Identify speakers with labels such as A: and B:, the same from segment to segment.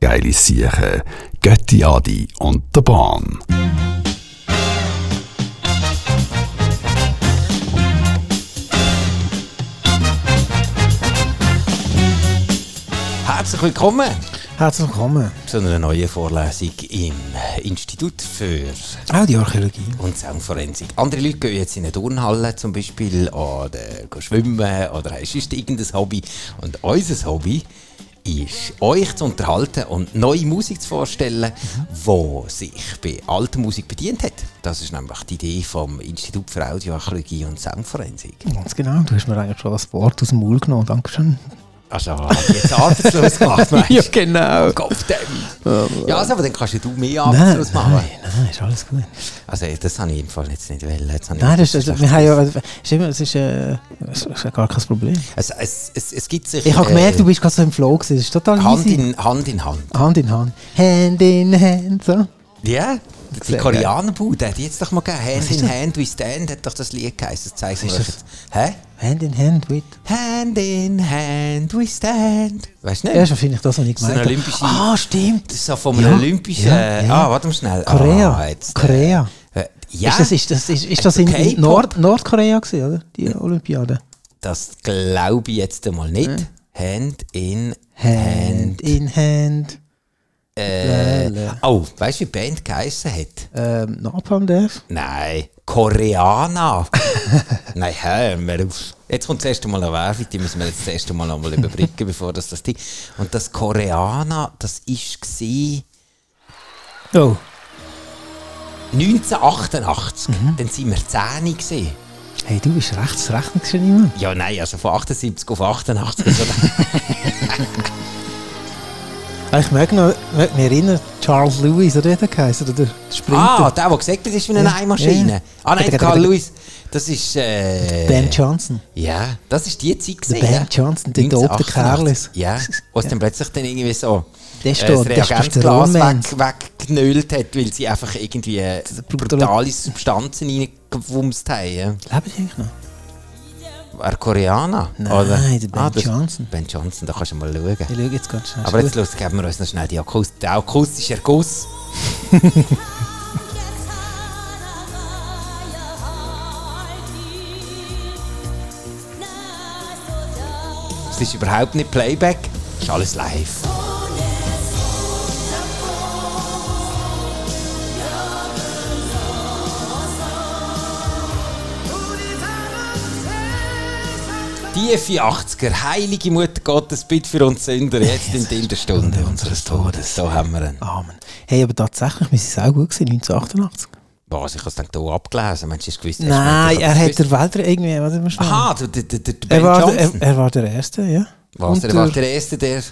A: geile Siechen, Götti Adi und der Bahn.
B: Herzlich willkommen
C: Herzlich willkommen.
B: zu einer neuen Vorlesung im Institut für
C: Auch Ah, die Archäologie.
B: und Soundforensik. Andere Leute gehen jetzt in eine Turnhalle zum Beispiel oder gehen schwimmen oder haben sonst irgendein Hobby. Und unser Hobby ist, euch zu unterhalten und neue Musik zu vorstellen, die sich bei alter Musik bedient hat. Das ist nämlich die Idee vom Institut für Audioarchäologie und Soundforensik.
C: Ganz genau, du hast mir eigentlich schon das Wort aus dem Mund genommen. Dankeschön.
B: Also, hab ich jetzt arbeitslos gemacht, meinst du?
C: genau.
B: Kopf, David. Ja, also, aber dann kannst ja du mehr arbeitslos machen.
C: nein, nein, ist alles gut.
B: Also das habe ich im Fall jetzt nicht wollen. Jetzt habe ich
C: Nein, das ist,
B: jetzt
C: das, wir haben ja, ist immer, es ist, äh, es ist ja gar kein Problem.
B: es, es, es, es gibt sich...
C: Ich habe gemerkt,
B: äh,
C: du bist gerade so im Flow gewesen. Das ist total
B: Hand
C: easy.
B: in, Hand in Hand.
C: Hand in Hand. Hand in Hand. So.
B: Ja, die
C: Sehr
B: Koreanerbude hat jetzt doch mal gegeben. Hand
C: Was ist
B: in
C: das?
B: Hand, we stand, hat doch das Lied geheißen. Das zeige ich
C: Was
B: euch
C: ist
B: jetzt. Hä?
C: Hand in Hand with.
B: Hand in Hand, we stand. Weißt du
C: Ja,
B: nicht?
C: ist wahrscheinlich das, was ich
B: So eine
C: gemeint habe.
B: olympische-
C: Ah, stimmt.
B: Das ist so vom Olympischen...
C: ja, ja.
B: Ah, warte mal schnell.
C: Korea.
B: Ah, jetzt, äh,
C: Korea.
B: äh, ja,
C: Ist das, ist das, ist, ist
B: Äh,
C: das in,
B: K-Pop?
C: in Nord, Nordkorea gewesen, oder? Die Olympiade.
B: das glaube ich jetzt einmal nicht. Hand in
C: Hm. Hand in Hand.
B: Äh,
C: Lele.
B: oh, weißt du, wie die Band geheissen hat?
C: Ähm, Napalm Death.
B: Nein, Koreana. Nein, hör mir auf. Jetzt kommt das erste Mal eine Werbung, die müssen wir jetzt das erste Mal nochmal überbrücken, bevor das das Ding. Und das Koreana, das war
C: Oh.
B: 1988.
C: Mhm.
B: Dann sind wir 10 gewesen.
C: Hey, du bist rechts, rechts schon immer.
B: Ja, nein, also von 78 auf 88. Also,
C: Ah, Ich mag noch, mag mich erinnern, Charles Lewis, oder wie hat er geheißen, oder der Sprinter.
B: ah, der, der gesagt hat, das ist wie eine
C: Ja,
B: Eimaschine.
C: ja.
B: Ah nein,
C: Gata, gata,
B: Carl
C: gata.
B: Lewis, das ist. Äh,
C: Ben Johnson.
B: Ja, das ist die Zeit
C: Der
B: gesehen.
C: Ben Johnson, der dopte Kerl ist.
B: Ja, was dann plötzlich dann irgendwie so
C: Der
B: äh,
C: steht-
B: das
C: der
B: Reagenzglas
C: Testosteronmensch.
B: weg, weggenölt hat, weil sie einfach irgendwie äh,
C: Brutal-
B: brutale Substanzen reingewumst haben. ja.
C: Lebe ich eigentlich noch?
B: War er Koreaner?
C: Nein,
B: oder? Ah,
C: der Ben
B: das-
C: Johnson.
B: Ben Johnson, da kannst du mal schauen.
C: Ich schaue jetzt ganz schnell.
B: Aber
C: Ist
B: jetzt
C: gut.
B: los, geben wir uns noch schnell die Akkus, den akustischen Erguss. Es ist überhaupt nicht Playback, es ist alles live. Tiefe 80er, heilige Mutter Gottes, bitte für uns Sünder, jetzt in der Stunde unseres Todes. So haben wir ihn.
C: Amen. Hey, aber tatsächlich, wir sind auch gut gewesen, 1988.
B: Was, also ich habe es dann hier abgelesen. Meinst du, hast du gewusst, hast du
C: Nein,
B: gewusst,
C: er
B: hast du
C: hat
B: gewusst?
C: der Welt irgendwie, warte mal schnell.
B: Aha, der, der, der, der
C: er
B: Ben
C: war, der,
B: Johnson.
C: er, er war der Erste, ja.
B: Was,
C: Und
B: der war der Erste, der...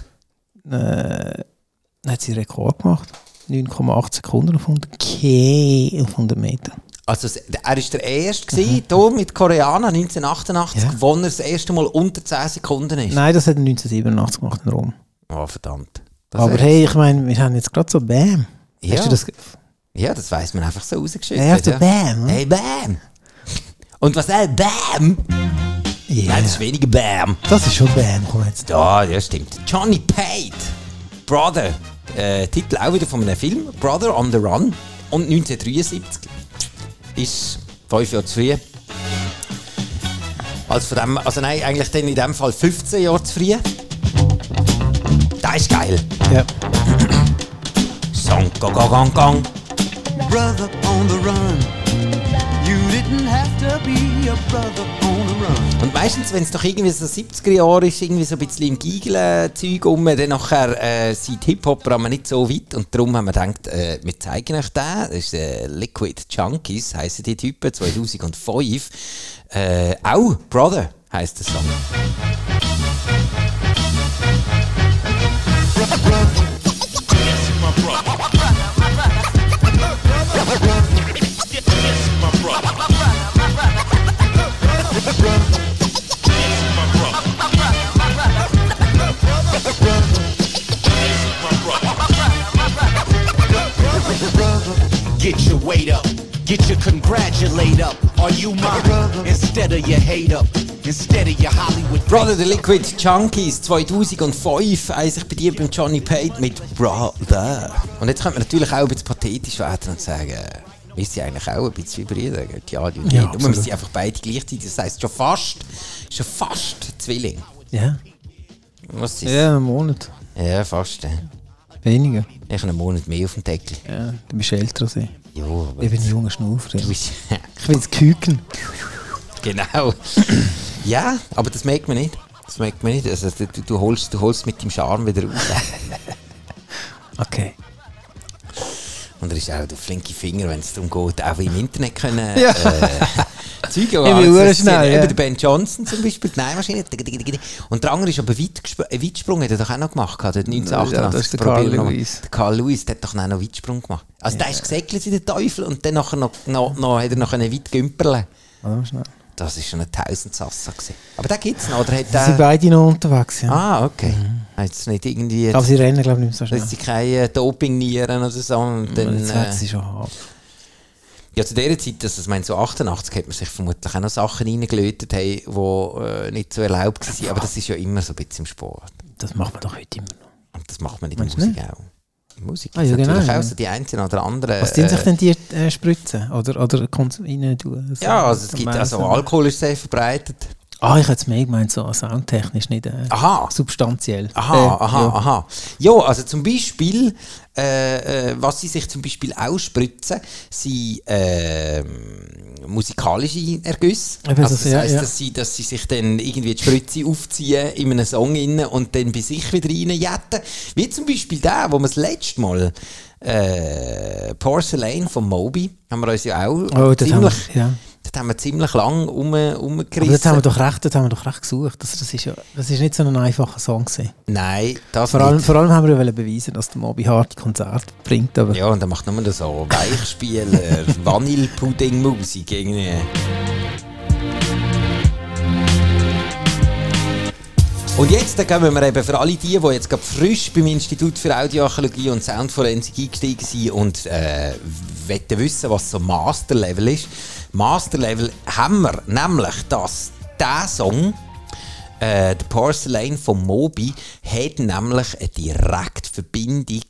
C: Dann hat sie einen Rekord gemacht. 9,8 Sekunden auf 100, okay, auf 100 Meter.
B: Also es- er war der Erste gewesen, hier mit Koreaner 1988,
C: Mhm. Ja.
B: wo er das erste Mal unter 10 Sekunden ist.
C: Nein, das hat er 1987 gemacht in Rom.
B: Oh, verdammt. Das
C: Aber
B: wär-
C: hey, ich meine, wir haben jetzt gerade so Bam.
B: Ja.
C: Hast du das? ge-
B: Ja, das weiß man einfach so rausgeschüttet.
C: Er hat so Bam. ne?
B: Hey, Bam! Und was er? Bam!
C: Ja.
B: Nein, das ist weniger Bam.
C: Das ist schon Bam, komm jetzt.
B: Ja, ja, stimmt. Johnny Pate, Brother. Äh, Titel auch wieder von einem Film, Brother on the Run. Und 1973 ist fünf Jahre zu früh. Also, von dem, also nein, eigentlich dann in dem Fall 15 Jahre zu früh. Das ist geil.
C: Ja.
B: Song, go, go, gong, gong.
D: brother on the run. You didn't have to be a brother on the run.
B: Und meistens, wenn es doch irgendwie so 70er Jahre ist, irgendwie so ein bisschen im Geigeln-Zeug rum, dann nachher äh, sind die Hip-Hopper aber nicht so weit und darum haben wir gedacht, äh, wir zeigen euch den. Das ist äh, Liquid Junkies, heissen die Typen, 2005. Äh, auch Brother heisst der Song.
E: Get your weight up. Get your congratulate up. Are you mine? Instead of your hate up. Instead of your Hollywood.
B: Brother the Liquid Junkies 2005 eins ich bei dir beim Johnny Pate mit Brother. Und jetzt könnte man natürlich auch ein bisschen pathetisch werden und sagen, wir sind eigentlich auch ein bisschen hybride, gell? die Radio ja,
C: Ja,
B: und wir
C: absolut.
B: sind einfach beide gleichzeitig, das heisst schon fast, schon fast Zwilling.
C: Ja.
B: Was ist
C: Ja, einen Monat.
B: Ja, fast. äh.
C: Weniger.
B: Ich habe einen Monat mehr auf dem Deckel.
C: Ja. Du bist älter als ich.
B: Ja, aber
C: Ich bin ein junger Schnaufer.
B: du
C: ja.
B: bist...
C: Ich will es küken.
B: Genau. ja, aber das merkt man nicht. Das merkt man nicht. Also, du, du, holst, du holst mit dem Charme wieder raus.
C: Okay.
B: Und er ist auch der flinke Finger, wenn es darum geht, auch im Internet können
C: Ja.
B: äh, Zeugen
C: bin
B: anzuziehen.
C: verdammt schnell, ja.
B: Eben der Ben Johnson zum Beispiel, die Nähmaschine. tig, tig, tig. Und der andere ist aber weit, gespr- äh, Weitsprung, hat er doch auch noch gemacht. Hat er
C: Ja,
B: 1988.
C: das ist der
B: Probier
C: Carl
B: noch mal.
C: Lewis.
B: Der Carl Lewis der hat doch auch noch Weitsprung gemacht. Also der ist gesegelt wie der Teufel und dann nachher noch, noch, noch, hat er noch können weit gümperlen.
C: Warte schnell.
B: Das war schon ein Tausendsassa. gewesen. Aber den gibt es noch. Oder hat
C: Sie sind
B: der...
C: beide noch unterwegs, ja.
B: Ah, okay.
C: Mhm.
B: Hat es nicht irgendwie...
C: Aber sie rennen, glaube ich, nicht mehr so schnell.
B: Dass sie keine äh, Dopingnieren oder so. Und dann,
C: Mhm. Jetzt werden
B: äh,
C: sie schon haben.
B: Ja, zu dieser Zeit, das, ich meine, so 88 hat man sich vermutlich auch noch Sachen reingelötet, hey, die äh, nicht so erlaubt waren. Aber das ist ja immer so ein bisschen im Sport.
C: Das macht man doch heute immer noch.
B: Und das macht man in der
C: Meinst du
B: Musik auch. In der Musik
C: Ah,
B: ist
C: ja, genau,
B: natürlich auch
C: ja.
B: so die einzelnen oder anderen.
C: Was tun sich denn die äh, Spritzen? Oder, oder kannst du rein tun? So
B: ja, also es gibt also
C: Mensen?
B: Alkohol ist sehr verbreitet.
C: Ah, ich hätte es mehr gemeint, so soundtechnisch, nicht äh,
B: Aha.
C: substanziell.
B: Aha,
C: Äh,
B: aha,
C: ja.
B: aha. Ja, also zum Beispiel, äh, äh, was sie sich zum Beispiel auch spritzen, sind ähm, musikalische Ergüsse.
C: Eben,
B: Also
C: das-
B: das
C: ja,
B: heisst,
C: ja.
B: dass, sie, dass sie sich dann irgendwie die Spritze aufziehen in einem Song rein und dann bei sich wieder reinjetten. Wie zum Beispiel der, wo wir das letzte Mal äh, Porcelain von Moby, haben wir uns ja auch
C: Oh, das haben wir,
B: ziemlich...
C: ja.
B: Das haben wir ziemlich lang um,
C: Aber
B: umgerissen.
C: das haben wir doch recht, das haben wir doch recht gesucht. Das, das, ist, ja, das ist nicht so ein einfacher Song. Gewesen.
B: Nein, das
C: Vor, allem,
B: Also nicht.
C: vor allem haben wir ja wollen beweisen, dass der Moby harte Konzerte bringt. Aber
B: Ja, und er macht nur so Weichspieler, Vanillepudding-Musik irgendwie. Und jetzt dann gehen wir eben für alle die, die jetzt gerade frisch beim Institut für Audioarchäologie und Soundforensik eingestiegen sind und äh, wollen wissen, was so Masterlevel ist. Masterlevel haben wir nämlich, dass dieser Song äh, der Porcelain von Moby hat nämlich eine direkte Verbindung,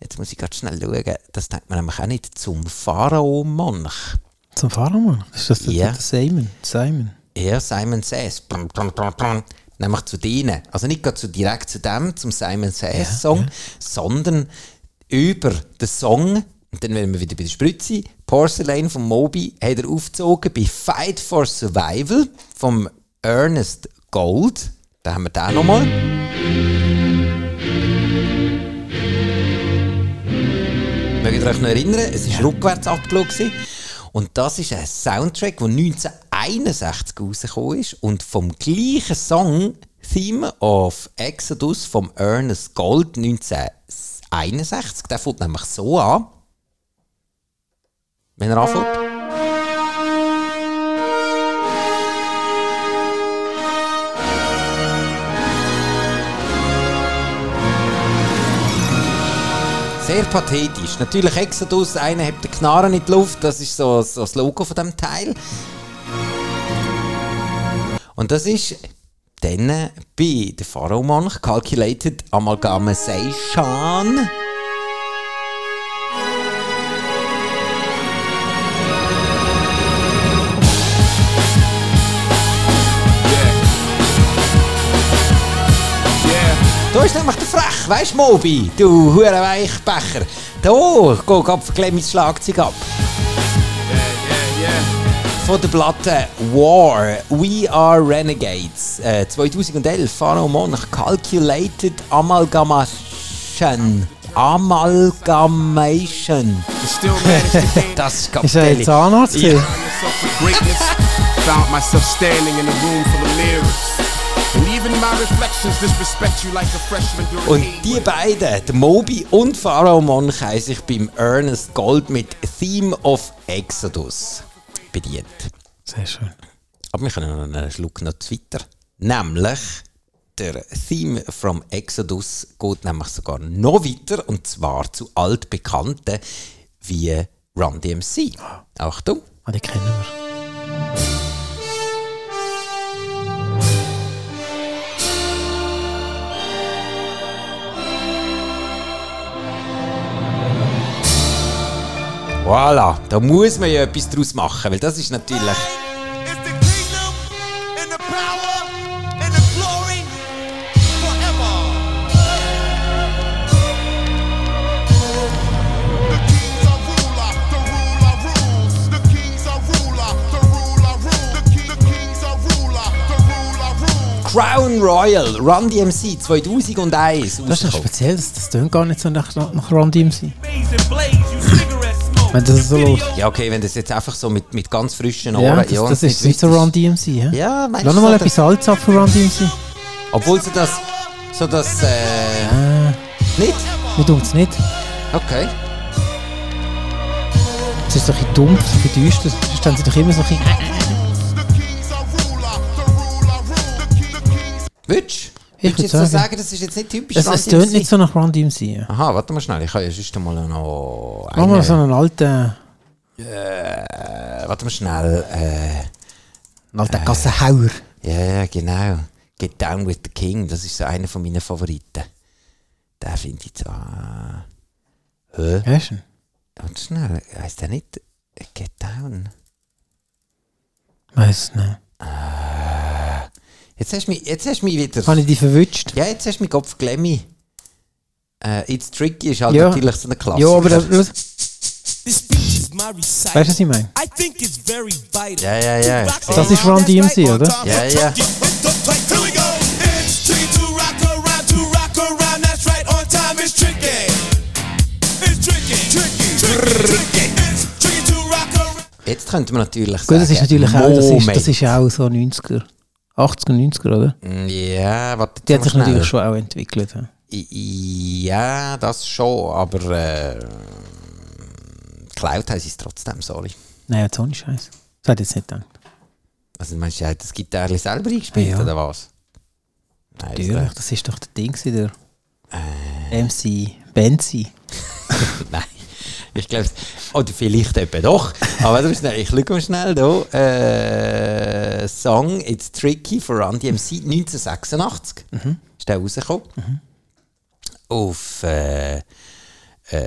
B: jetzt muss ich gerade schnell schauen, das denkt man nämlich auch nicht, zum Pharao-Monarch.
C: zum Pharao-Mann, ist das der,
B: Ja.
C: der Simon? Simon.
B: Ja, Simon Says. Blum, blum, blum, blum. Nämlich zu denen. Also nicht gerade zu, direkt zu dem, zum Simon Says Song, sondern über den Song, und dann wären wir wieder bei der Spritze, Porcelain von Moby hat er aufgezogen bei Fight for Survival vom Ernest Gold. Da haben wir den nochmal. Mögt ihr euch noch erinnern? Es war rückwärts abgelaufen. gewesen. Und das ist ein Soundtrack, der 1961 rausgekommen ist und vom gleichen Song Theme of Exodus vom Ernest Gold 1961. Der fängt nämlich so an. Wenn er anfängt. Sehr pathetisch. Natürlich Exodus, einer hat den Knarren in die Luft, das ist so, so das Logo von dem Teil. Und das ist dann bei der Pharaoh-Monarch Calculated Amalgamation. Da ist nämlich der Frech, weißt du, Mobi, du Hurenweichbecher. Da, geh grad verklemm ins Schlagzeug ab. Von der Platte eh, War, We Are Renegades, äh, 2011, Pharaoh Monarch, Calculated Amalgamation. Amalgamation.
F: Still managed to gain
B: Das ist
C: Ist er
B: Kapitelli.
C: jetzt Zahnarzt?
B: Ja.
C: gewesen?
F: myself for greatness. Found myself standing in a room full of mirrors. And even my reflections disrespect you like a freshman during
B: Und
F: A
B: die beiden, der Moby und Pharaoh Monch, haben sich beim Ernest Gold mit Theme of Exodus bedient.
C: Sehr schön.
B: Aber wir können noch einen Schluck noch Twitter. Nämlich, der Theme from Exodus geht nämlich sogar noch weiter und zwar zu altbekannten wie Run DMC. Achtung.
C: Ah, die kennen wir.
B: Voilà, da muss man ja etwas draus machen, weil das ist natürlich...
G: is the kingdom and the power and the glory forever.
F: The king's a ruler, the ruler rules. The king's a ruler, the ruler rules. The king, the king's a ruler, the ruler rules.
B: Crown Royal, Run DMC 2001
C: Das ist ja
B: rausgekommen.
C: speziell, das, das tönt gar nicht so nach, nach Run DMC.
G: Maze and blaze, you cigarette smoke.
C: Wenn das so läuft.
B: Ja, okay, wenn das jetzt einfach so mit, mit ganz frischen Ohren...
C: Ja, das, das ist nicht so Run DMC, hä?
B: Ja, meinst
C: Lass
B: du
C: noch mal
B: so,
C: etwas Salz ab von Run DMC.
B: Obwohl so das... So das... Äh,
C: Ah.
B: Nicht?
C: Mir tut es nicht.
B: Okay.
C: Es ist so ein bisschen dumpf, so ein bisschen düster. Sonst haben sie doch immer so ein bisschen...
F: The king's a ruler, the ruler rules. The king, the king's
B: Würdest du würdest
C: Ich
B: du jetzt
C: würd
B: so
C: sagen.
B: sagen, das ist jetzt nicht typisch
C: Es,
B: Run
C: es tönt
B: DMC?
C: nicht so nach Run DMC, ja.
B: Aha, warte mal schnell, ich kann ja sonst mal noch...
C: Mach mal
B: einen-
C: so einen alten...
B: Äh, warte mal schnell, äh...
C: Einen alten Gassenhauer.
B: Ja, ja, genau. Get Down with the King, das ist so einer von meinen Favoriten. Den finde ich so. Ah. Hä?
C: Weißt du?
B: Ganz schnell, heisst der nicht äh, Get Down?
C: Weiss nicht.
B: Jetzt hast du mich, jetzt hast du mich wieder.
C: Habe ich dich verwünscht?
B: ja, jetzt hast du mich Kopf Glemmy. Äh, It's Tricky ist halt
C: Ja.
B: natürlich so eine Klasse.
C: Ja, aber... Das, weißt
H: This speech is my
C: du, was
H: recital.
C: ich meine?
H: I think it's very vital.
B: ja, ja, ja.
C: Das ist Run DMC, oder?
B: Ja, ja.
H: Here we go. It's tricky to rock around, to rock around. That's right, on time it's tricky. It's tricky, tricky, tricky, tricky. It's tricky to rock around.
B: Jetzt könnte man natürlich
C: Gut,
B: sagen.
C: das ist natürlich auch, das ist,
B: Moment.
C: das ist ja auch so 90er. 80er, 90er, oder?
B: Ja, warte.
C: Die
B: jetzt
C: hat sich
B: mal schnell.
C: natürlich schon auch entwickelt. Ja.
B: Ja, das schon, aber. Äh, Cloud heißt es trotzdem, sorry.
C: Nein, jetzt ohne Scheiß. Das hätte ich jetzt nicht gedacht.
B: Also meinst du, er hat das Gitarre selber eingespielt
C: Ja.
B: oder was? Nein, ist
C: Natürlich,
B: recht.
C: das ist doch der Ding, gewesen, der MC Benzi.
B: Nein. Ich glaube, oder vielleicht eben doch. Aber warte mal schnell, ich schaue mal schnell hier. Äh, Song It's Tricky von Randy MC 1986.
C: Mhm.
B: Ist der rausgekommen. Auf. Äh, äh,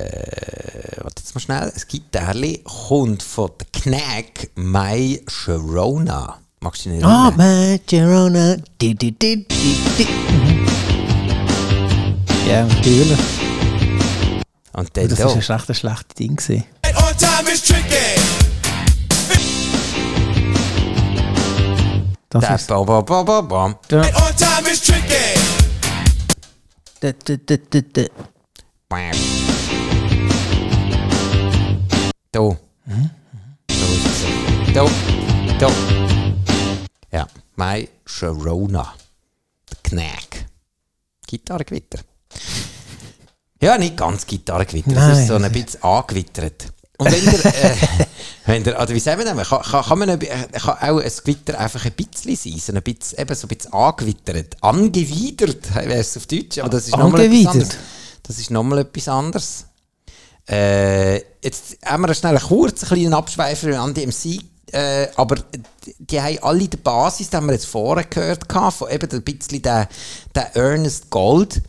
B: warte jetzt mal schnell. Das Gitarre kommt von der Knack My Sharona. Magst du dich nicht
C: Ah,
B: erinnern?
C: man, Girona. Di, di, di, di, di. Ja, natürlich.
B: Und dann
C: Oh, Das
B: da.
C: war ein schlechter, schlechter Ding. Gewesen.
H: And on time it's tricky.
C: Das
B: Da,
C: ist.
B: ba, ba, ba, ba, ba.
H: And on time it's tricky.
C: Da, da, da, da, da.
B: Bam. Da. Da Mhm. ist es. Da. Da. Ja, My Sharona. Der Knack. Gitarrengewitter. Ja, nicht ganz Gitarrengewitter. Das
C: Nein.
B: ist so ein bisschen angewittert. Und wenn der, äh, wenn der, also wie sagen wir das, kann, kann, kann, man, ein bi- äh, kann auch ein Gewitter einfach ein bisschen sein, so ein bisschen, eben so ein bisschen angewittert, angewidert wäre es auf Deutsch, aber das ist nochmal etwas
C: Angewidert.
B: anderes. Das ist nochmal etwas anderes. Äh, jetzt haben wir schnell einen kurzen kleinen Abschweifer an die MC. Äh, aber die, die haben alle die Basis, die haben wir jetzt vorher gehört, gehabt, von eben ein bisschen der, der Ernest Gold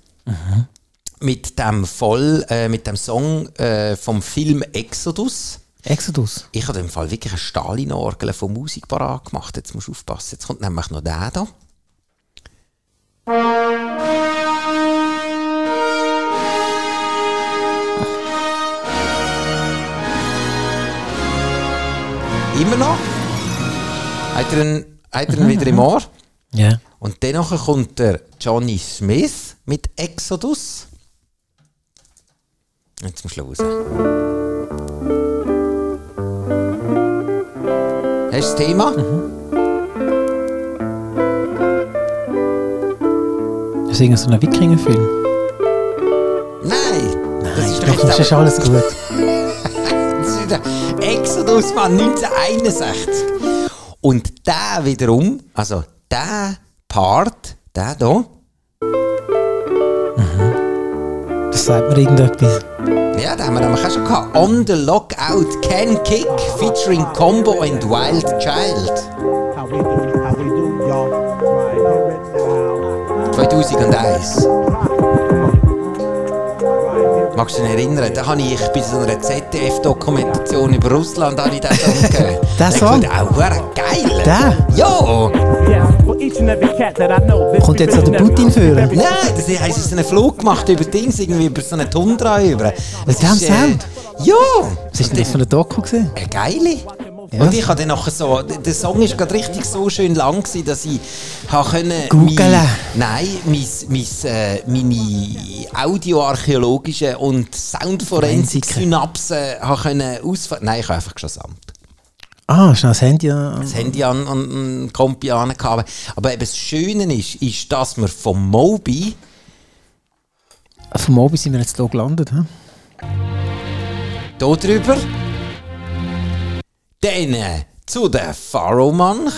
B: mit dem voll äh, mit dem Song äh, vom Film Exodus.
C: Exodus.
B: Ich habe im Fall wirklich eine Stalin-Orgel von Musik parat gemacht. Jetzt musst du aufpassen. Jetzt kommt nämlich noch der da. Immer noch. Hat er ihn, hat er ihn wieder im Ohr?
C: Ja.
B: Und danach kommt der Johnny Smith mit Exodus. Jetzt zum Schluss. Hast du das Thema?
C: Das ist irgendein so ein Wikingerfilm.
B: Nein! Das ist doch
C: Doch,
B: jetzt
C: das ist
B: aber-
C: alles gut.
B: das ist der Exodus Mann 1961. Und der wiederum, also der Part, der hier,
C: Das sagt mir irgendetwas.
B: Ja, da haben wir nämlich auch schon gehabt. On the Lockout Can Kick featuring Combo and Wild Child. 2001. Magst du dich erinnern? Da habe ich bei so einer ZDF-Dokumentation über Russland habe ich den Song gehört.
C: Der
B: Ich
C: Song?
B: fand auch verdammt geil.
C: Der?
B: Ja!
C: Kommt jetzt noch der Putin führen?
B: Nein, das ist, haben sie so einen Flug gemacht über Dings, irgendwie über so eine Tundra über.
C: Mit dem Sound?
B: äh, Ja!
C: Was ist denn
B: Und
C: das für eine Doku? Gewesen?
B: Eine geile.
C: Ja.
B: Und ich habe dann nachher so, d- der Song ist gerade richtig so schön lang gewesen, dass ich habe können
C: Googlen.
B: mein- Nein, mein, mein, äh, meine audioarchäologischen und
C: Forensiker.
B: Soundforensik-Synapsen habe können ausfahren. Nein, ich habe einfach schon Samt.
C: Ah, ist noch das Handy an.
B: das Handy an und einen Kompi angehabt. Aber eben das Schöne ist, ist, dass wir vom Mobi
C: Vom Obi sind wir jetzt hier gelandet. He?
B: hier drüber dann äh, zu den Pharaoh-Manch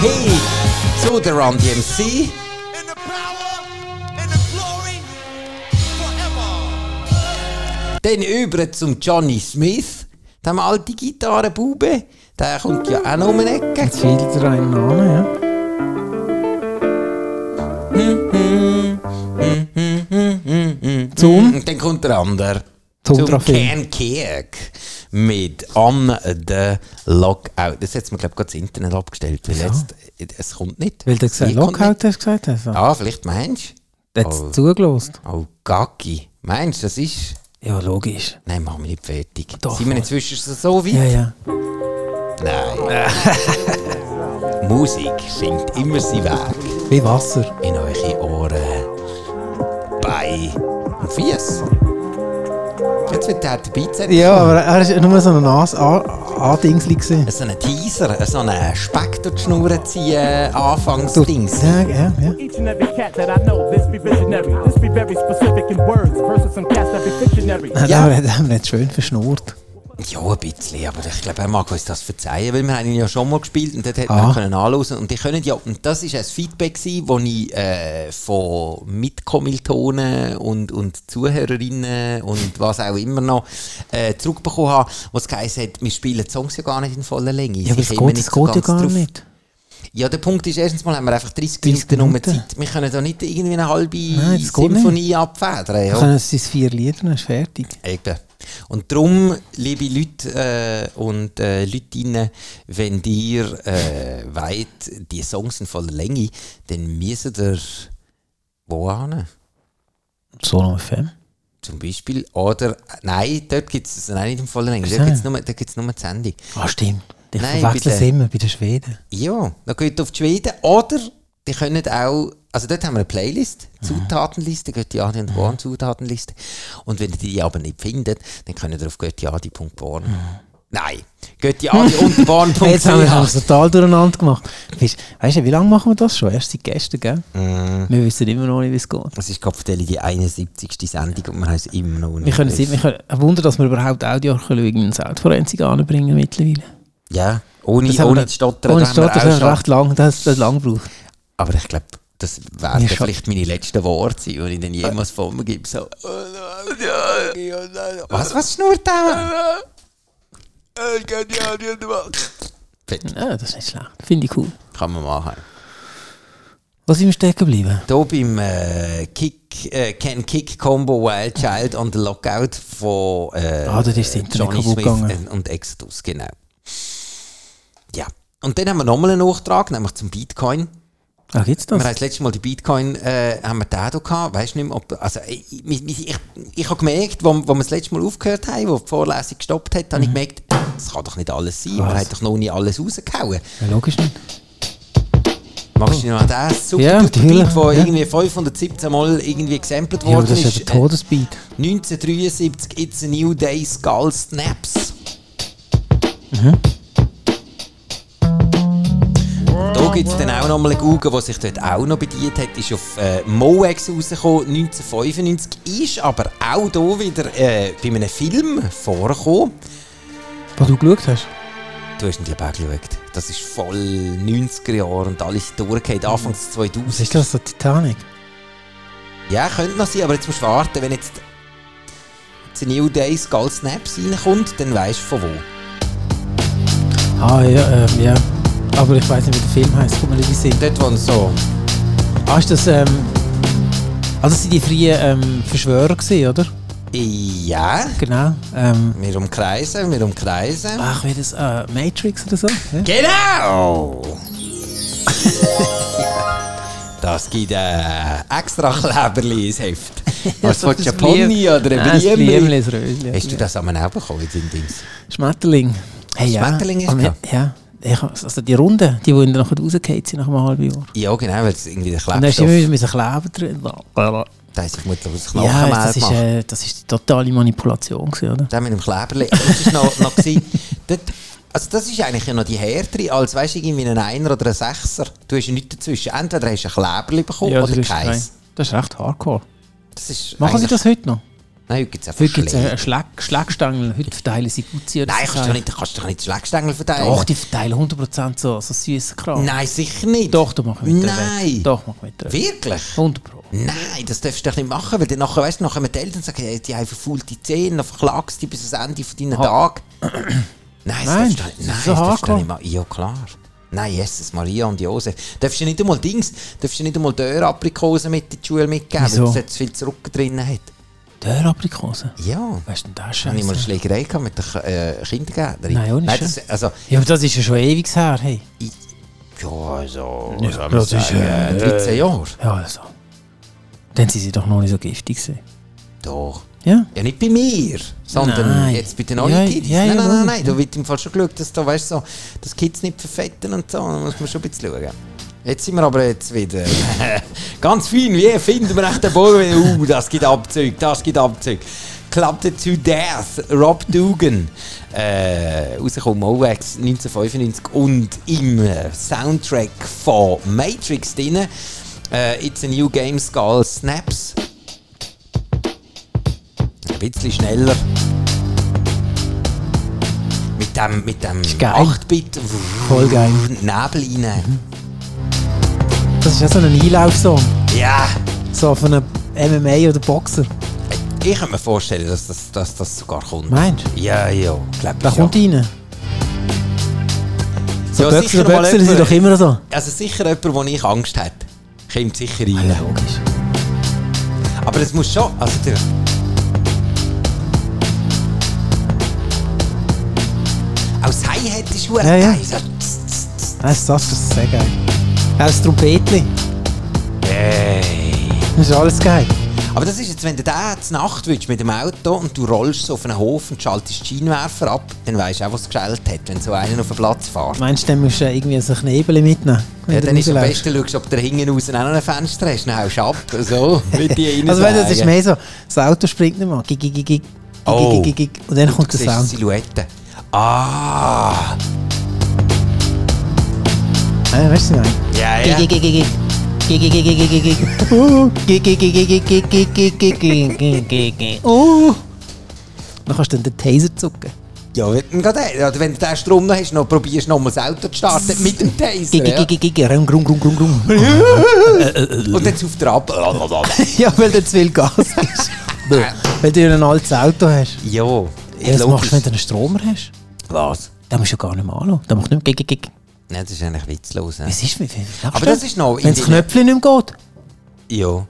B: hey, zu der Run DMC
G: In the power and the glory forever.
B: Dann über zum Johnny Smith, dem alten Gitarrenbube. Der kommt ja auch noch um die Ecke.
C: Jetzt fiel dir einen an, ja.
B: Zum? Und Mm, dann kommt der andere.
C: Zum
B: Zum
C: Trophäe.
B: Ken Kirk mit On the Lockout. Das hat mir, glaube ich, gerade das Internet abgestellt. Weil jetzt, es kommt nicht.
C: Weil du gesagt,
B: Ich kommt
C: Lockout hast du gesagt. hast.
B: nicht. Ja, vielleicht meinst
C: Der hat
B: Oh.
C: es zugelost.
B: du. Oh, Gacki. Meinst du, das ist.
C: Ja, logisch.
B: Nein, machen wir nicht fertig.
C: Doch.
B: Sind wir inzwischen so- so weit?
C: Ja, ja.
B: Nein. Musik schenkt immer seinen Weg
C: Wie Wasser.
B: in eure Ohren. Bei und Fies. Jetzt wird der dabei sein.
C: Ja, aber er war nur so ein Nas- A- A-Dingsli. gewesen.
B: so einen Teaser, so einen Speck durch die Schnur ziehen, äh, Anfangsdings.
C: Ja, ja, ja.
I: Each and every cat that I know, this be visionary. This be very specific in words versus some cats that be fictionary.
C: Ja.
B: Ja.
C: Da haben wir jetzt schön verschnurrt.
B: Ja, ein bisschen, aber ich glaube, er mag uns das verzeihen, weil wir haben ihn ja schon mal gespielt und dort hätten
C: Ah.
B: wir können anhören und die können ja, und das ist ein Feedback gewesen, das ich äh, von Mitkommilitonen und, und Zuhörerinnen und was auch immer noch äh, zurückbekommen habe, was geheißen hat, wir spielen die Songs ja gar nicht in voller Länge.
C: Ja, aber
B: Sie
C: es
B: kommen
C: geht,
B: nicht
C: es
B: so
C: geht ja
B: ganz
C: gar
B: drauf.
C: nicht.
B: Ja, der Punkt ist, erstens mal haben wir einfach 30,
C: 30
B: Minuten, um die
C: Minuten.
B: Zeit. Wir können da nicht irgendwie eine halbe
C: Nein, das geht
B: Symphonie abfedern.
C: Wir
B: Ja.
C: können es in vier Lieder, dann ist fertig.
B: Eben. Und darum, liebe Leute äh, und äh, Leutinnen, wenn ihr äh, weit die Songs in voller Länge, dann müsst ihr wo hin?
C: Solo FM.
B: Zum Beispiel, oder, nein, dort gibt es nein, nicht in voller Länge,
C: Wieso
B: dort gibt es
C: nicht?
B: nur, dort gibt's nur die Sendung.
C: Ah, stimmt. Ich
B: Nein,
C: verwechsel es
B: bitte.
C: immer bei den Schweden.
B: Ja, dann geht auf die Schweden. Oder die können auch, also dort haben wir eine Playlist, Zutatenliste, Göttiadi und Born Zutatenliste. Und wenn ihr die aber nicht findet, dann könnt ihr auf göttiadi.born. Nein, Göttiadi und Born.
C: Hey, jetzt haben wir haben es total durcheinander gemacht. Weißt, weißt du, wie lange machen wir das schon? Erst seit gestern, gell?
B: Mhm.
C: Wir wissen immer noch nicht, wie es geht.
B: Das ist Kopfdeli, die 71. Sendung und wir haben es immer noch nicht.
C: Wir können, sie, wir können ein Wunder, dass wir überhaupt Audioarchäologie in den Soundforensik anbringen mittlerweile.
B: Ja, ohne,
C: haben
B: ohne
C: wir-
B: zu stottern.
C: Ohne
B: da
C: zu
B: haben wir
C: stottern,
B: auch
C: das haben
B: schon-
C: wir recht lang, das, das lang gebraucht.
B: Aber ich glaube, das werden
C: Ja, schon. Äh.
B: vielleicht meine letzten Worte sein, die ich dann jemals von mir gebe. So. Was, was schnurrt der? Fett.
C: Ja, das ist nicht schlecht. Finde ich cool.
B: Kann man machen.
C: Wo sind wir stecken geblieben?
B: Hier beim äh, Kick, äh, Can Kick Combo Wild Child on the Lockout von äh,
C: Ah, dort ist das Internet
B: Johnny
C: kaputt
B: Smith
C: gegangen.
B: und- und Exodus, genau. Ja. Und dann haben wir nochmal einen Nachtrag, nämlich zum Bitcoin.
C: Ah, gibt's
B: Wir haben
C: das?
B: das letzte Mal die Bitcoin, äh, haben wir den hier gehabt, weißt nicht mehr, ob, also ich, ich, ich, ich habe gemerkt, wo, wo wir das letzte Mal aufgehört haben, wo die Vorlesung gestoppt hat, habe ich gemerkt, das kann doch nicht alles sein, man
C: Mhm. Was?
B: hat doch noch nie alles rausgehauen.
C: Ja, logisch nicht.
B: Magst du dich noch an den super
C: Ja, natürlich,
B: Beat, der
C: ja.
B: irgendwie 517 Mal irgendwie gesampelt
C: Ja, aber
B: worden
C: das ist äh,
B: ist?
C: ja der Todesbeat.
B: 1973, It's a New Day, Skull Snaps.
C: Mhm.
B: Und Da gibt es dann auch nochmal einen Google, der sich dort auch noch bedient hat. Ist auf äh, Moex rausgekommen, 1995. Ist aber auch hier wieder äh, bei einem Film vorgekommen.
C: Wo du geschaut hast.
B: Du hast ihn, glaube ich, auch geschaut. Das ist voll 90er Jahre und alles durchgeht, Anfangs 2000.
C: Was ist das, so Titanic?
B: Ja, könnte noch sein, aber jetzt musst du warten, wenn jetzt die New Days Gold Snaps reinkommt, dann weißt du von wo.
C: Ah, ja, ähm, ja. Aber ich weiß nicht, wie der Film heißt. Kommt mir nicht in den Sinn.
B: Dort, wo so.
C: Ah, ist das, ähm... Also, das sind die freien ähm, Verschwörer gewesen, oder?
B: Ja,
C: Genau. Ähm...
B: wir umkreisen, wir umkreisen.
C: Ach, wie das... Äh, Matrix oder so? Ja.
B: Genau! das gibt ein extra Kleberli ins Heft. Was willst du, ein Pony oder ein Blümchen?
C: Blümchen?
B: Hast du das an mir auch bekommen, dein Dings?
C: Schmetterling. Hey, ja.
B: Schmetterling ist
C: Aber
B: da.
C: Ja. Ich, also die Runden, die, die nachher rausgehen, sind nach einem halben Jahr.
B: Ja, genau, weil es irgendwie der
C: Und dann hast du
B: Klebstoff...
C: immer mit Kleber drin.
B: Da ist ich Mutter aus
C: Ja, das
B: Knochenmehl
C: ist,
B: gemacht.
C: äh, das ist die totale Manipulation, gewesen, oder?
B: Der mit dem Kleberli. Aber Das war noch... noch gewesen, dort, also das ist eigentlich ja noch die härtere, als weißt du, irgendwie ein Einer oder ein Sechser. Du hast ja nichts dazwischen. Entweder hast du ein Kleberli bekommen
C: ja, das
B: Oh, oder
C: ist-
B: keins.
C: nein. Das ist recht hardcore.
B: Das ist
C: Machen sie
B: eigentlich-
C: das heute noch?
B: Nein, heute gibt es einfach
C: Heute gibt es
B: Schläge.
C: eine Schlag Schlagstange, heute verteilen sie Guzzi oder
B: Nein,
C: so.
B: kannst du doch nicht, kannst du doch nicht Schlagstängel verteilen.
C: Doch, die verteilen 100% so, so süßen Kram.
B: Nein, sicher nicht.
C: Doch, da machen wir mit der
B: Nein.
C: Wette. Doch, machen wir mit der Wette.
B: Wirklich?
C: 100 Pro.
B: Nein, das darfst du doch nicht machen, weil dann nachher, weißt du, nachher kommen die Eltern und sagen, hey, die haben verfaulte Zähne, dann verklagst du dich bis ans Ende von deinen Tagen. Nein, das darfst
C: Meinst
B: du doch
C: du?
B: nicht, nein, das
C: So
B: darfst du doch
C: hardcore?
B: nicht machen. Ja, klar. Nein, Jesus, Maria und Josef. Darfst du nicht einmal Dings, darfst du nicht einmal Dörraprikosen mit in die Schule mitgeben,
C: Wieso?
B: weil es zu viel Zucker drin hat.
C: Der Aprikose.
B: Ja.
C: Weißt du denn das
B: Habe ich mal eine
C: Scheiße?
B: Schlägerei gehabt mit der äh, Kindergärtnerin?
C: Nein, auch nicht
B: das, also,
C: Ja, aber das ist ja schon ewig her, hey.
B: ja, also,
C: Ja,
B: soll man
C: das ist,
B: sagen,
C: äh,
B: 13 Jahre.
C: Ja, also. Dann sind sie doch noch nicht so giftig gewesen.
B: Doch.
C: Ja?
B: Ja, nicht bei mir, sondern
C: Nein.
B: jetzt bei den neuen
C: Ja,
B: Kiddies.
C: ja, ja,
B: nein, nein, nein,
C: logisch.
B: nein, da wird im Fall schon Glück, dass da, weißt, so, dass Kids nicht verfetten und so, da muss man schon ein bisschen schauen. Jetzt sind wir aber jetzt wieder ganz fein, wie finden wir echt den Bogen, wenn, uh, das gibt Abzug, das gibt Abzug. Klappte to Death, Rob Dugan, äh, rausgekommen, Mowax 1995 und im äh, Soundtrack von Matrix drin, äh, It's a New Game Skull Snaps. Ein bisschen schneller. Mit dem, mit dem
C: geil.
B: 8-Bit
C: Voll geil. Mhm.
B: Nebel rein.
C: Das ist ja so ein Einlaufsong.
B: Ja,
C: So von einem MMA oder Boxer.
B: ich kann mir vorstellen, dass das, dass das sogar kommt.
C: Meinst
B: du? Ja, ja, glaube ich.
C: Da kommt
B: ja.
C: rein. So
B: Ja,
C: Boxer
B: sicher
C: und
B: mal
C: Boxer sind
B: jemand-
C: doch immer so.
B: Also sicher jemand, wo ich Angst hätte, kommt sicher rein.
C: logisch.
B: Aber es muss schon, also der... Auch das Hi-Hat ist verdammt
C: Ja, ja.
B: geil. So-
C: Das ist das, das ist sehr geil. Auch das Trompetli.
B: Hey.
C: Das ist alles geil.
B: Aber das ist jetzt, wenn du da zur Nacht willst mit dem Auto und du rollst so auf einen Hof und schaltest die Scheinwerfer ab, dann weißt du auch, was geschält hat, wenn so einer auf den Platz fährt.
C: Meinst du, dann musst du irgendwie so Knebel mitnehmen? wenn
B: Ja,
C: du
B: dann ist am
C: rausläufst?
B: besten, schaust, ob der hinten raus auch noch ein Fenster hast, dann haust du ab, so, mit dir rein
C: Also, weißt du, das ist mehr so, das Auto springt nicht mal. Gig, gig, gig, gig,
B: Oh.
C: gig, gig, gig, gig. Und dann kommt
B: Du
C: der
B: siehst die
C: Sound.
B: Silhouette. Ah!
C: Ja, weißt du, was ich meine?
B: Ja,
C: Gig, gig, gig, gig. Gig, gig, gig, gig, gig, gig. Uh, gig, gig, gig, gig, gig, gig, gig, gig, gig, gig, gig, gig. Uh. Dann kannst du dann den Taser zucken.
B: Ja, wenn du gerade- oder wenn du den Strom noch hast, noch probierst du nochmal das Auto zu starten mit dem Taser.
C: Gig,
B: Ja.
C: gig, gig, gig, gig. Rum, grum, grum, grum, grum.
B: Und jetzt auf der Ab.
C: Ja, weil du zu viel Gas gibst. weil du ja ein altes Auto hast.
B: ja,
C: Ja, was
B: logisch.
C: machst du, wenn du einen Stromer hast?
B: Was?
C: Den musst du ja gar nicht mehr anschauen. Der macht nicht mehr gig, gig, gig.
B: Nein, das ist eigentlich witzlos. Ne?
C: Was ist mit dem?
B: Aber das ist noch in
C: Wenn das
B: den-
C: Knöpfchen nicht mehr geht.
B: Ja.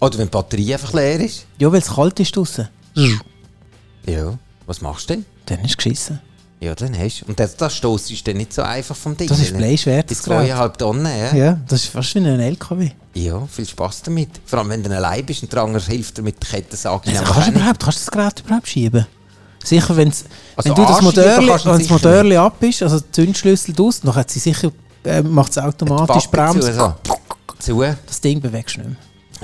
B: Oder wenn die Batterie einfach leer ist.
C: Ja, weil es kalt ist draußen.
B: Ja. Was machst du denn?
C: Dann ist geschissen.
B: Ja, dann hast du. Und das, das Stoss ist dann nicht so einfach vom Ding.
C: Das ist bleischwer,
B: Die
C: das Gerät.
B: zweieinhalb Tonnen, ja. ja.
C: Ja, das ist fast wie ein LKW.
B: viel Spaß damit. Vor allem, wenn du allein bist und der andere hilft dir mit der Kettensäge.
C: Also
B: nämlich
C: kannst,
B: auch
C: du
B: nicht.
C: überhaupt, kannst du das Gerät überhaupt schieben? Sicher, wenn's,
B: Also
C: wenn du das
B: anschieben
C: Motörli,
B: kannst du
C: wenn das
B: sicher
C: Motörli ab ist, also die Zündschlüssel aus, dann hat sie sicher, äh, macht es automatisch
B: Pappe
C: Bremse.
B: Zu, so. zu.
C: Das Ding bewegst du nicht mehr.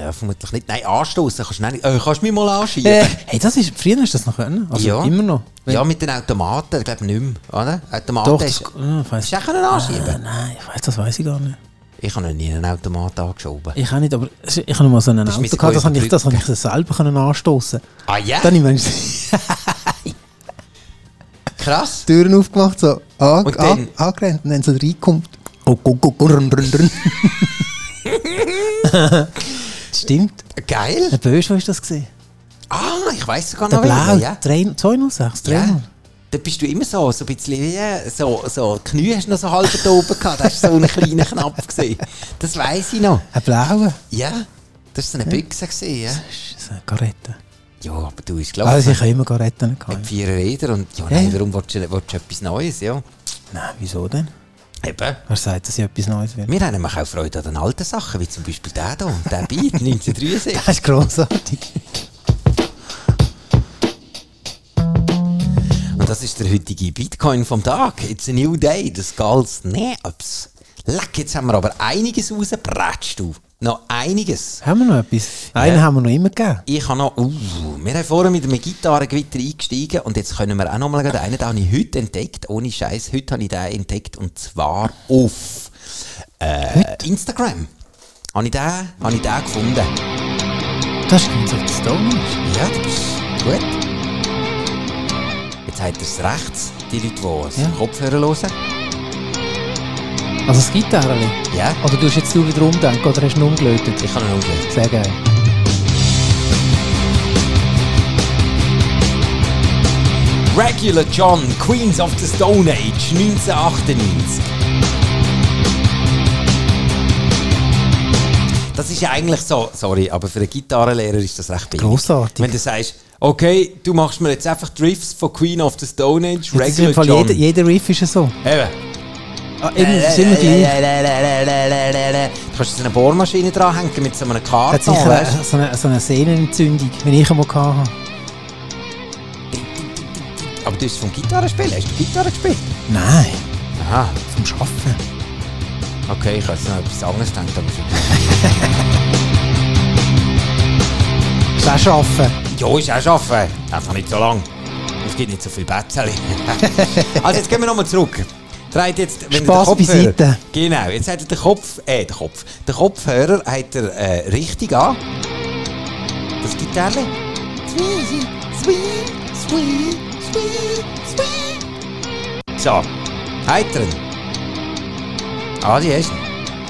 B: Ja, vermutlich nicht. Nein, anstoßen kannst du nicht. Äh, kannst du mich mal anschieben?
C: Äh, hey, das ist, früher hast du das noch können. Also
B: Ja.
C: immer noch. Wenn-
B: ja, mit den Automaten, ich glaube nicht mehr. Oder? Automaten
C: Doch,
B: hast
C: das, ja, ich weiss-
B: hast du auch können anschieben?
C: Äh, nein, ich weiß, das weiß ich gar nicht.
B: Ich habe noch nie einen Automaten angeschoben.
C: Ich auch nicht, aber es- ich habe mal so einen
B: Das ist mein
C: Auto gehabt, das habe ich, das
B: Brücke.
C: habe ich selber können anstoßen.
B: Ah ja?
C: Dann ich meine,
B: Krass.
C: Türen aufgemacht, so an,
B: Und
C: an, angerannt und dann Oh, so reinkommt. Guck, guck, guck, grrn, grrn, grrn. Stimmt.
B: Geil.
C: Der Bösch, wo war das? Gewesen?
B: Ah, ich weiß sogar
C: Der
B: noch
C: Blau,
B: welchen, ja.
C: 3 206, 3
B: Ja. Da bist du immer so, so ein bisschen wie, so, so, die Knie hast du noch so halb da oben gehabt, da hast du so einen kleinen Knopf gesehen. Das weiss ich noch.
C: Ein blauer.
B: Ja, das war so eine Büchse gesehen, ja.
C: Das ist eine Garette.
B: Ja, aber du bist
C: Also
B: gelaufen.
C: ich habe immer Garetten gehabt.
B: Vier Räder und, ja, nein,
C: Ja.
B: warum willst du, willst du etwas Neues, ja?
C: Nein, wieso denn?
B: Eben.
C: Wer sagt, dass ich etwas Neues will?
B: Wir haben nämlich auch Freude an den alten Sachen, wie zum Beispiel der hier, der Beat 1963.
C: Das ist grossartig.
B: Und das ist der heutige Bitcoin vom Tag. It's a new day, das Gals Neabs. Leck, jetzt haben wir aber einiges rausgepratscht, du. Noch einiges.
C: Haben wir noch etwas? Einen haben wir noch immer gegeben.
B: Ich habe noch, uh, wir haben vorhin mit einem Gitarrengewitter eingestiegen und jetzt können wir auch noch mal den einen, den habe ich heute entdeckt, ohne Scheiß, heute habe ich den entdeckt und zwar auf äh, Instagram. Habe ich den, habe ich den gefunden.
C: Das ist ganz auf das Stone.
B: Ja, das ist gut. Jetzt hat er es rechts, die Leute, die es
C: Ja.
B: Kopfhörer hören.
C: Also das Gitarre.
B: Ja,
C: Oder du hast jetzt du wieder umdenken oder hast du ihn umgelötet?
B: ich habe ihn umgelegt.
C: Sehr geil.
B: Regular John, Queens of the Stone Age, 1998. Das ist ja eigentlich so, sorry, aber für einen Gitarrenlehrer ist das recht billig.
C: Grossartig.
B: Wenn du sagst, okay, du machst mir jetzt einfach die Riffs von Queen of the Stone Age,
C: Das ist im
B: Regular
C: Fall
B: John.
C: jeder, jeder Riff ist ja so.
B: Eben.
C: Ah, immer, das ist immer gleich.
B: Du kannst jetzt eine Bohrmaschine dranhängen mit so einem
C: Er hat
B: Karton,
C: sicher
B: weißt
C: eine, so, eine, so eine Sehnenentzündung, wenn ich einmal hatte.
B: du? Aber du hast vom Gitarrespielen, hast du Gitarre gespielt?
C: Nein,
B: Aha,
C: vom Schaffen.
B: okay, ich habe jetzt noch etwas anderes gedacht, aber ist okay.
C: Das ist auch Schaffen.
B: Ja, ist auch arbeiten. Einfach nicht so lang. Es gibt nicht so viel Bettchen. also jetzt gehen wir nochmal zurück. Dreht jetzt, wenn ihr
C: Spass
B: den Kopfhörer-
C: beiseite.
B: Genau, jetzt hat er den Kopf, äh, den Kopf. Den Kopfhörer hat er äh, richtig an. Das Gitarre. Sweet, sweet, sweet, sweet, sweet. So, hat er ihn. Ah, die hast du.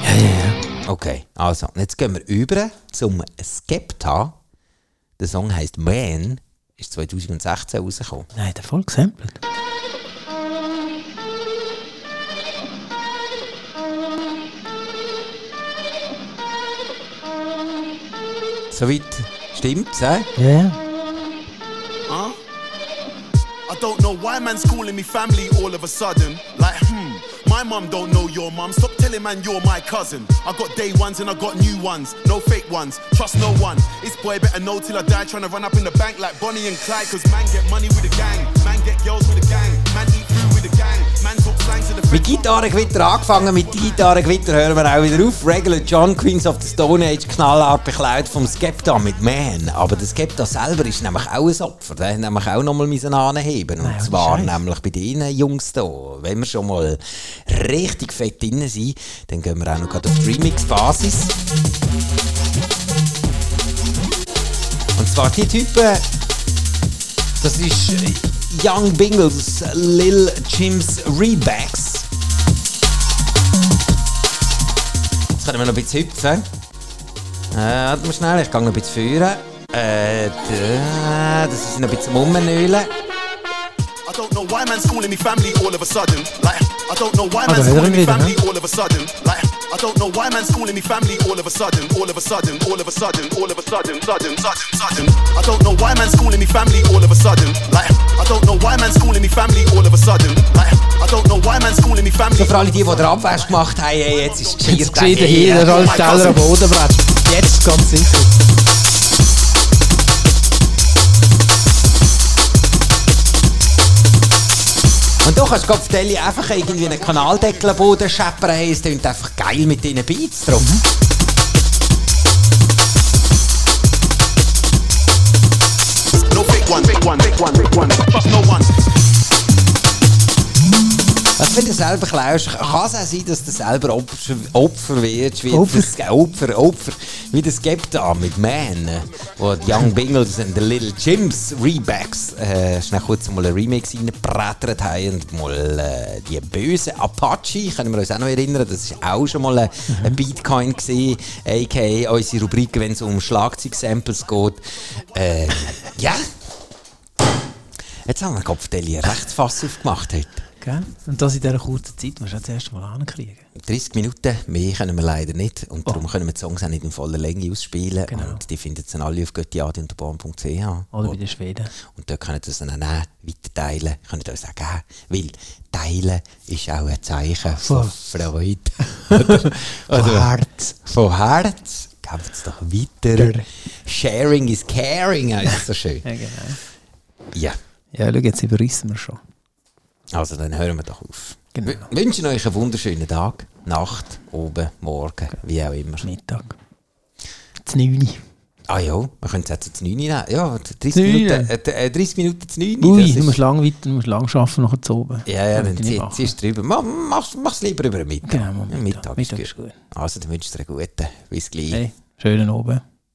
C: Ja, ja, ja.
B: Okay, also, und jetzt gehen wir über zum Skepta. Der Song heißt Man, ist 2016 rausgekommen.
C: Nein, der voll gesampelt.
B: Soweit stimmt's, hä?
C: Ja, ja.
G: I don't know why man's calling me family all of a sudden. Like, hmm, my mum don't know your mum. Stop telling man you're my cousin. I got day ones and I got new ones. No fake ones. Trust no one. It's boy better know till I die. Trying to run up in the bank like Bonnie and Clyde. Cause man get money with a gang. Man get girls with a gang. Man eat food with a gang. Man talk slang to the
B: Mit
G: friends-
B: Gitarrengewitter angefangen, mit Gitarrengewitter hören wir auch wieder auf. Regular John Queens of the Stone Age, knallhart bekleidet vom Skepta mit Man. Aber der Skepta selber ist nämlich auch ein Opfer. Der hat nämlich auch nochmal müssen anheben. Und
C: Nein, ohne
B: zwar
C: Scheiß.
B: nämlich bei den Jungs hier. Wenn wir schon mal richtig fett drin sind, dann gehen wir auch noch gerade auf die Remix-Basis. Und zwar die Typen, das ist äh, Young Bingles, Lil Jims Rebacks. Jetzt können wir noch ein bisschen hüpfen. Äh, warte mal schnell, ich gehe noch ein bisschen führen. Äh, da, das ist noch ein bisschen rumnölen.
G: I don't know why man's calling me family all of a sudden. Like, I don't know why
C: Ah,
G: man's
C: da
G: calling
C: hören
G: me
C: wir wieder,
G: family
C: ne?
G: all of a sudden. Like, I don't know why man's calling me family all of a sudden. All of a sudden, all of a sudden, all of a sudden, sudden, sudden, sudden. I don't know why man's calling me family all of a sudden. Like, I don't know why man's calling me family all of a sudden. Like, I don't know why man's calling me family.
B: So, für alle die, die den Abwasch gemacht haben, hey, jetzt ist gescheit.
C: Jetzt geschieht hier, das ist alles Teller am Bodenbrett. Jetzt ganz sicher.
B: Und du kannst auf Telly einfach irgendwie einen Kanaldeckel am Boden scheppern. Hey, es klingt einfach geil mit deinen Beats drauf.
C: Mhm.
G: No fake one, fake one, fake one, fake one. Trust no one.
B: Also wenn du selber klaust, kann es auch sein, dass du selber Opfer, Opfer wirst, wie
C: Opfer.
B: Das, Opfer, Opfer, wie das gibt da mit Man, äh, wo die Young Bingles und die Little Jims Rebacks äh, schnell kurz mal einen Remix reingebrettert haben und mal äh, die bösen Apache, können wir uns auch noch erinnern, das war auch schon mal ein, ein Beatcoin, gewesen, a.k.a. unsere Rubrik, wenn es um Schlagzeugsamples geht. Äh, ja, jetzt haben wir den Kopfdeli recht fass aufgemacht heute.
C: Gell? Und das in dieser kurzen Zeit musst du auch das erste Mal ankriegen.
B: 30 Minuten, mehr können wir leider nicht. Und darum können wir die Songs auch nicht in voller Länge ausspielen.
C: Oh. Genau. Oh.
B: Und die findet ihr dann alle auf göttiadi.bahn.ch.
C: Oder bei
B: Und
C: den Schweden.
B: dort könnt ihr es dann auch nehmen, weiter teilen. Könnt ihr uns auch geben. Weil teilen ist auch ein Zeichen von Freude. oder,
C: Oh,
B: oder
C: Hart.
B: von Herz. Gebt es doch weiter. Sharing is caring, ist so schön.
C: Ja, genau.
B: Ja.
C: Ja, schau, jetzt überrissen wir schon.
B: Also dann hören wir doch auf.
C: Genau.
B: Wir wünschen euch einen wunderschönen Tag, Nacht, oben, morgen, wie auch immer.
C: Mittag. Das 9.
B: Ah ja, wir können es jetzt zu 9 nehmen. Ja, 30
C: Neun.
B: Minuten, äh, äh, 30 Minuten zu 9.
C: Ui, du musst lang weiter, du musst lang arbeiten, nachher zu oben.
B: ja, ja, dann
C: Kannst du nicht
B: zieh-
C: machen.
B: ziehst du drüber. Ma- Mach's, mach's lieber über den Mittag.
C: Genau, Mittag.
B: Mittag,
C: Mittag
B: ist gut. Also, dann wünschst du dir einen guten. Bis gleich.
C: Hey, schönen Abend.